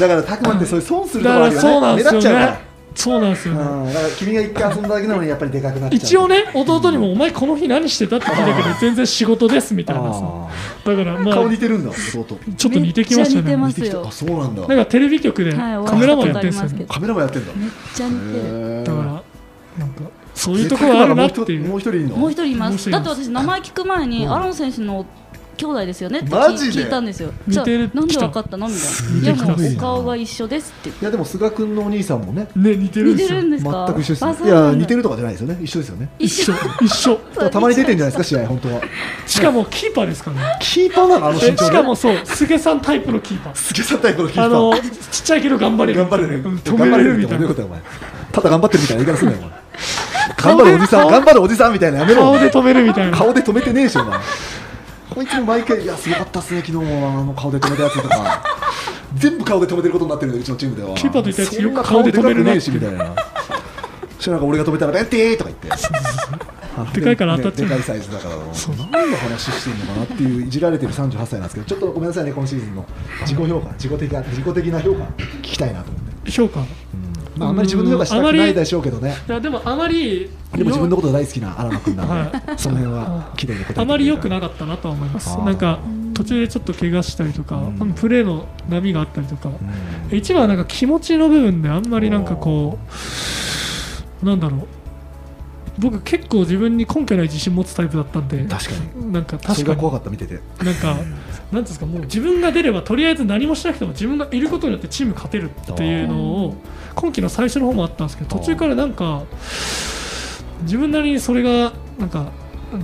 S2: だからたくまってそういう損すると
S4: だ
S2: こ
S4: か
S2: ろあるよね
S4: らそうなんで
S2: 目
S4: す
S2: 立っ
S4: よ
S2: ちゃう
S4: ね
S2: か
S4: そうなんですよ
S2: ら、
S4: ね
S2: うん、だから君が一回遊んだだけなのにやっぱりでかくなっちゃう
S4: 一応ね弟にも「お前この日何してた?」って聞いたけど全然仕事ですみたいなさ
S2: あ
S4: だから
S2: ー
S4: まあ
S2: 顔似てるんだ弟
S4: ちょっと似てきました
S3: めっちゃ似て
S4: ね
S3: ま
S2: 似
S3: す
S2: てきた
S3: よ
S2: あそうなんだ
S4: なんかテレビ局で
S3: はいお
S4: カ
S3: 会い
S4: メ
S3: した
S4: ラマ
S3: こと
S4: ンや
S3: あり
S4: ってるんですよ
S3: ますけ
S4: ね
S3: ど
S2: カメラマンやってんだ
S3: めっちゃ似てる
S4: だ
S2: へ
S4: からなんかそう
S2: ー
S4: いうところあるなって
S2: せっかく
S4: い
S2: ならもう一
S4: う
S2: 人いるの
S3: もう一人いま
S4: もう一
S3: す
S4: 人い
S3: だ
S4: ま
S3: っ
S4: す
S3: て私名前聞く前に、アロン選手の兄弟ですよねって
S2: マジ
S3: 聞
S2: で
S3: 聞いたんですよ
S4: 似てる
S3: じゃあなんでわかったのみたい
S4: す
S3: な
S4: げ
S3: い
S4: え
S3: やもうお顔が一緒ですって
S2: いやでも菅君のお兄さんもね
S4: ね似てるん
S3: 似
S4: で
S3: て
S4: すよ
S3: るんで
S2: 全
S3: すか
S2: く一緒です
S3: あ
S2: ね
S3: そう
S2: い
S3: な
S2: や
S3: んだ
S2: 似てるとかじゃないですよね一緒ですよね
S4: 一緒一緒
S2: だからたまに出てんじゃないですか試合本当は
S4: しかもキーパーですからね
S2: キーパーなのあの
S4: え
S2: 身長
S4: しかも
S2: で
S4: そう菅さんタイプのキーパー
S2: すげえさタイプのキーパ
S4: あ
S2: ー
S4: のちっちゃいけど頑張れる
S2: 頑張れる、
S4: うん止めれるみた
S2: 頑張れるってどうい
S4: い
S2: う
S4: な
S2: ことよお前ただ頑張ってるみたいな言い方すんなよお前頑張るおじさん頑張るおじさんみたいなやめろ
S4: 顔で止めるみたいな
S2: 顔で止めてねえしお前こいつも毎回いやすごかったっすね昨日もあの顔で止めたやつとか全部顔で止めてることになってるんでうちのチームでは
S4: キーパーといったやつ
S2: そんな
S4: よく顔で止める
S2: 顔でかくね
S4: な
S2: えしみたいなそしたらなんか俺が止めたら「ベンティー!」とか言ってあの
S4: でかいから当たっちゃう
S2: でかいサイズだから何の話してんのかなっていういじられてる38歳なんですけどちょっとごめんなさいね今シーズンの自己評価自己的な自己的な評価聞きたいなと思って、
S4: 評価い
S2: まあ、あんまり自分の評価したくないでしょうけどね
S4: やでもあまり
S2: でも自分のこと大好きな荒野君なんで、
S4: は
S2: その辺は綺麗に答えてくれた
S4: あまり良くなかったなとは思います
S2: あー
S4: なんか途中でちょっと怪我したりとか、
S2: うん
S4: プレーの波があったりとか、
S2: うん
S4: 一番はなんか気持ちの部分であんまりなんかこうなんだろう僕結構自分に根拠ない自信持つタイプだったんで
S2: 確かに
S4: なんか
S2: そ
S4: 確
S2: れが
S4: かに
S2: 怖かった見てて
S4: なんかなんですかもう自分が出ればとりあえず何もしなくても自分がいることによってチーム勝てるっていうのを今季の最初の方もあったんですけど途中からなんか自分なりにそれがなんか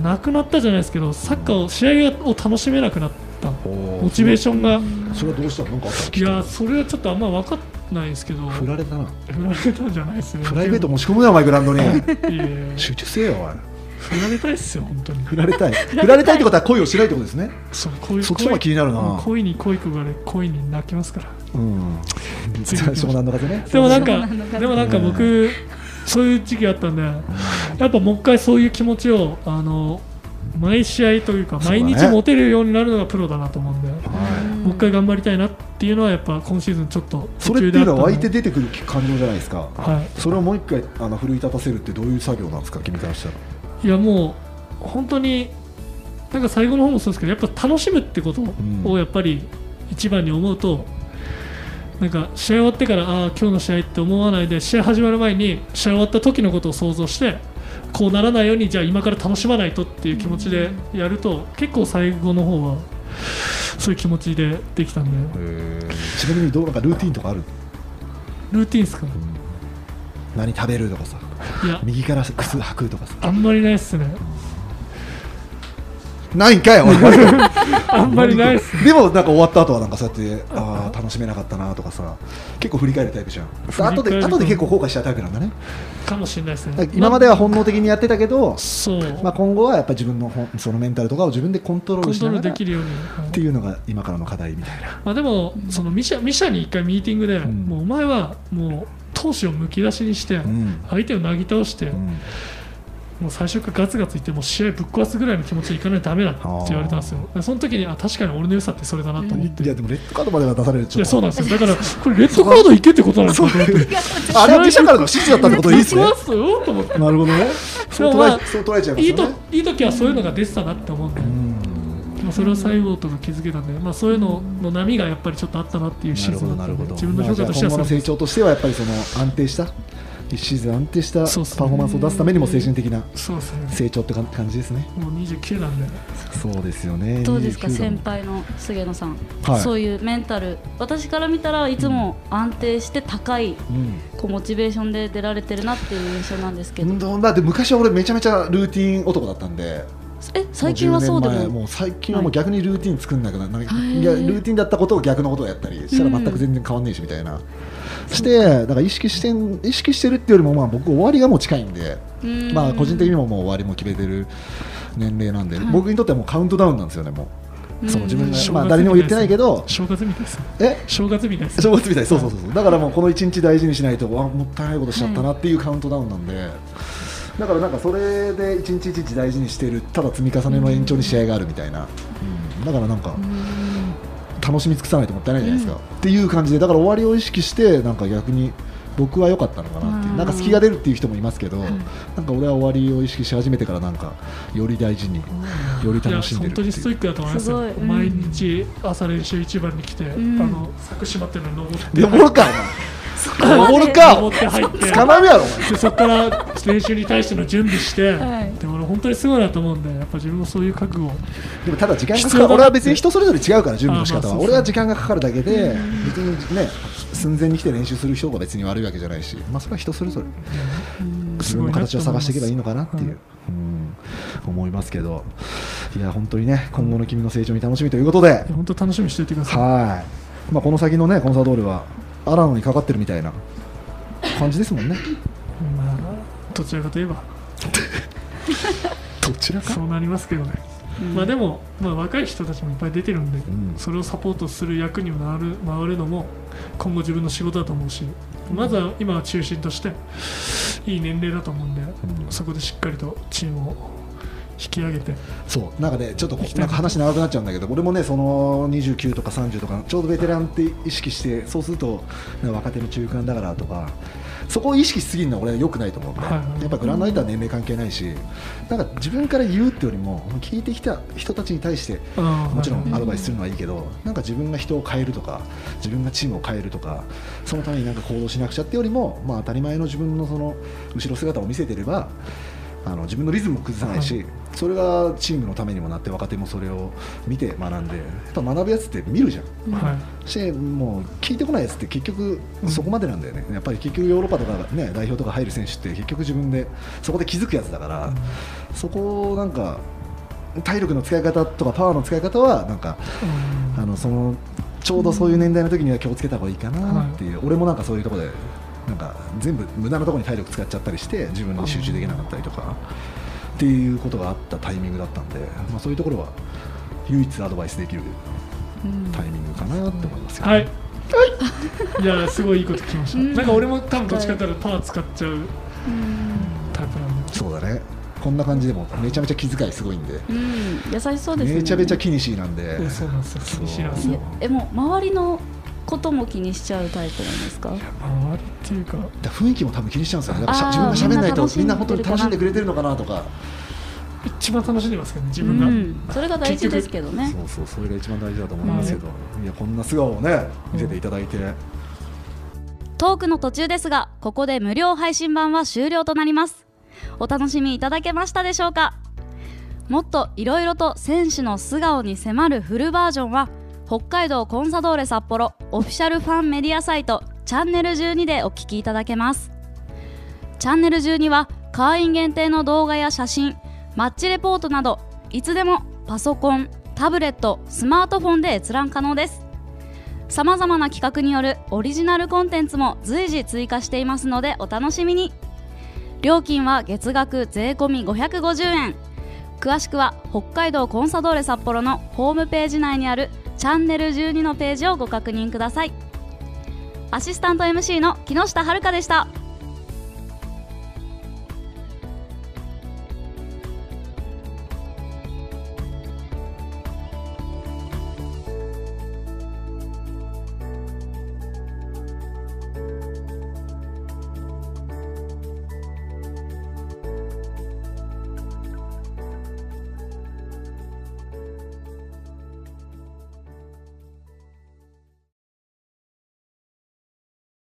S4: なくなったじゃないですけどサッカーを試合を楽しめなくなったモチベーションが
S2: それはどうしたのなんかあっ
S4: いやそれはちょっとあんま分かんないんですけど
S2: た振られたな
S4: 振られたんじゃないですね。
S2: プライベート持ち込むなお前グラウンドに
S4: いやいやいや
S2: 集中せえよお前
S4: 振られたいっすよ本当に
S2: 振られたい振られたいってことは恋をしないってことですね
S4: そうこういう
S2: そっちの方が気になるな
S4: 恋に恋焦がれ恋に泣きますから
S2: うん
S4: 次
S2: 湘南の風ね
S4: でもなん
S3: そうな
S4: か
S3: のかな
S4: でもなんか僕そういう時期あったんでやっぱもう一回そういう気持ちをあの毎試合というか
S2: そうだね
S4: 毎日持てるようになるのがプロだなと思うんで
S2: はい
S4: もう一回頑張りたいなっていうのはやっぱ今シーズンちょっと
S2: それっていうのは湧いて
S4: で
S2: 出てくる感情じゃないですか
S4: あったんでは
S2: それをもう一回あの奮い立たせるってどういう作業なんですか君からしたら
S4: いいやもう本当になんか最後の方もそうですけどやっぱ楽しむってこと
S2: うん
S4: をやっぱり一番に思うとなんか試合終わってからああ今日の試合って思わないで試合始まる前に試合終わった時のことを想像してこうならないようにじゃあ今から楽しまないとっていう気持ちでやると結構最後の方はそういう気持ちでできたんで
S2: ちなみにどうなんかルーティンとかある
S4: ルーティンですか
S2: 何食べるとかさ
S4: いや
S2: 右から靴履くとかさ
S4: あんまりないっすね
S2: ないんかいおい
S4: あんまりないっす
S2: でもなんか終わった後はなんかそうやってあ あ楽しめなかったなとかさ結構振り返るタイプじゃん
S4: り返る
S2: 後で後で結構後悔しちゃうタイプなんだね
S4: かもしれないです
S2: だ
S4: ね
S2: から今までは本能的にやってたけど、
S4: そう、
S2: まあ、今後はやっぱ自分のほんそのメンタルとかを自分でコントロー
S4: コ
S2: ル
S4: ン
S2: し
S4: ト
S2: な
S4: ロ
S2: が
S4: ール
S2: らっ
S4: できるように、はい
S2: ていうのが今からの課題みたいな
S4: まあ、でもそのミシャミシャに一回ミーティングで、
S2: ん
S4: もうお前はもう闘志をむき出しにして、
S2: ん
S4: 相手をなぎ倒して、
S2: うん
S4: もう最初からガツガツいってもう試合ぶっ壊すぐらいの気持ちでいかないとダメだって言われたんですよでその時にあ確かに俺の良さってそれだなと思って、
S2: いやでもレッドカードまでは出される
S4: い
S2: ちょ
S4: や
S2: っ
S4: そう
S2: と
S4: なんですよだからこれレッドカードいけってことなんですよ
S2: あれは自社からの指示だったってことでいいっすね
S4: ぶっ壊すよと思って
S2: なるほどねそう
S4: でも
S2: 捉
S4: ま
S2: え
S4: あ
S2: そう捉えちゃいます
S4: いい
S2: よ
S4: と
S2: ね
S4: いい時はそういうのが出てたなって思うんで、
S2: うん
S4: まあ、それは細胞とか気づけたんで、まあ、そういうのの波がやっぱりちょっとあったなっていうシーズンだったんで自分の評価として
S2: まあじゃあ今
S4: は
S2: 後の
S4: そう
S2: 成長としてはやっぱりその安定した一シーズン安定した
S4: そうっすね
S2: パフォーマンスを出すためにも精神的な
S4: そうですね
S2: 成長ってか感じですね
S4: もう29なんで
S2: そうですよね
S3: どうですか
S2: 29
S3: 先輩の菅野さん、
S2: はい
S3: そういうメンタル私から見たらいつも安定して高いこうモチベーションで出られてるなっていう印象なんですけ
S2: う
S3: ど、
S2: んどうだって昔は俺めちゃめちゃルーティン男だったんで
S3: え最近はそうで
S2: もう10年前
S3: も
S2: もう最近はもう逆にルーティン作んなくななんかいやルーティンだったことを逆のことをやったりしたら全く全然変わんねえしみたいな、してだから意識してん意識してるっていうよりもまあ僕終わりがもう近いんで、
S3: うん
S2: まあ個人的にももう終わりも決めてる年齢なんで、僕にとってはもうカウントダウンなんですよねもう、その自分
S4: うん
S2: が、まあ、誰にも言ってないけど
S4: 正月みたいですね
S2: え
S4: 正月みたいですね
S2: 正月みたいそうそうそうそうだからもうこの一日大事にしないとわもったいないことしちゃったなっていうカウントダウンなんで、だからなんかそれで一日一日大事にしてるただ積み重ねの延長に試合があるみたいな、うんだからなんか、楽しみ尽くさないともったいないじゃないですか、っていう感じでだから終わりを意識してなんか逆に僕は良かったのかなっていう、
S3: うん
S2: なんか隙が出るっていう人もいますけど、なんか俺は終わりを意識し始めてからなんかより大事に、より
S4: いや
S2: 楽しんでる
S4: 本
S2: って
S4: 当
S2: いう
S4: にストイックだと思いますよ
S3: すごいうん
S4: 毎日朝練習一番に来て、
S3: ん
S4: あの柵閉まってるのに登って
S2: でもるかお前
S3: こまで
S2: 登るか
S4: 登って入って
S2: 捕まるやろお前
S4: でそこから練習に対しての準備して、
S3: はい
S4: でも俺本当にすごいなと思うんでやっぱ自分もそういう覚悟を
S2: でもただ時間がか
S4: 必
S2: か
S4: 要だ
S2: る
S4: な
S2: 俺は別に人それぞれ違うから準備の仕
S4: あま
S2: 方
S4: あ
S2: は
S4: そうそう
S2: 俺は時間がかかるだけで別にね寸前に来て練習する人が別に悪いわけじゃないしまあそれは人それぞれ自
S4: す
S2: 分
S4: ご
S2: の
S4: いな
S2: 形
S4: と
S2: を
S4: 思い
S2: 探
S4: ま
S2: してい
S4: す
S2: けばいいのかなっていううん思いますけどいや本当にね今後の君の成長に楽しみということで
S4: いや本当楽しみにしておいてくださ
S2: はいまあこの先のねコンサドールはアラノにかかってるみたいな感じですもんね
S4: いまあどちらかといえば
S2: どちら
S4: そうなりますけどね、まあでも、まあ、若い人たちもいっぱい出てるんで、
S2: ん
S4: それをサポートする役にもなる回るのも今後自分の仕事だと思うしまずは今は中心としていい年齢だと思うんで、そこでしっかりとチームを引き上げて
S2: そうなんかねちょっとこなんか話長くなっちゃうんだけど俺もねその29とか30とかちょうどベテランって意識してそうするとなんか若手の中間だからとかそこを意識しすぎるのは俺は良くないと思うんで、
S4: はいはい
S2: やっぱグラウンド相手は年齢関係ないしなんか自分から言うってよりも聞いてきた人たちに対しても
S4: も
S2: ちろんアドバイスするのはいいけどなんか自分が人を変えるとか自分がチームを変えるとかそのためになんか行動しなくちゃってよりも、まあ、当たり前の自分のその後ろ姿を見せてればあの自分のリズムも崩さないしそれがチームのためにもなって若手もそれを見て学んでやっぱ学ぶやつって見るじゃん。
S4: はい
S2: してもう聞いてこないやつって結局そこまでなんだよね、やっぱり結局ヨーロッパとか、ね、代表とか入る選手って結局自分でそこで気づくやつだから、そこをなんか体力の使い方とかパワーの使い方はなんか
S4: うん
S2: あのそのちょうどそういう年代の時には気をつけた方がいいかなっていう、俺もなんかそういうところでなんか全部無駄なところに体力使っちゃったりして自分に集中できなかったりとか。っっていうことがあったタイミングだったんで、まあ、そういうところは唯一アドバイスできる
S3: うん
S2: タイミングかなって思いますよ、ね
S4: はい。いや、すごいいいこと聞きました。
S3: うん
S4: なんか俺も多分どっちかっていうとパー使っちゃうタイプなんで。
S2: そうだねこんな感じでもめちゃめちゃ気遣いすごいんで
S3: うん優しそうですね
S2: めちゃめちゃ気にしいなんで
S4: えそうなんですよ。気にしな
S2: そう
S4: さい。
S3: いやえもう周りのことも気にしちゃうタイプなんですか
S4: 周りっていうか、
S2: だから雰囲気も多分気にしちゃうんですよねやっぱしゃ
S3: あー
S2: 自分が喋んないとみ
S3: み
S2: ん
S3: ん
S2: な
S3: な
S2: 本当
S3: 楽しん
S2: に楽しんで
S3: でるかな
S2: くれてるのかなとか
S4: 一番楽しんでますけどね、自
S3: う
S4: 分が。
S3: んそれが大事ですけどね
S2: そうそうそれが一番大事だと思いますけど、いやこんな素顔をね見せていただいて、
S3: トークの途中ですがここで無料配信版は終了となりますお楽しみいただけましたでしょうかもっといろいろと選手の素顔に迫るフルバージョンは北海道コンサドーレ札幌オフィシャルファンメディアサイトチャンネル12でお聞きいただけますチャンネル12は会員限定の動画や写真マッチレポートなどいつでもパソコンタブレットスマートフォンで閲覧可能ですさまざまな企画によるオリジナルコンテンツも随時追加していますのでお楽しみに料金は月額税込み550円詳しくは北海道コンサドーレ札幌のホームページ内にあるチャンネル12のページをご確認くださいアシスタント MC の木下遥でした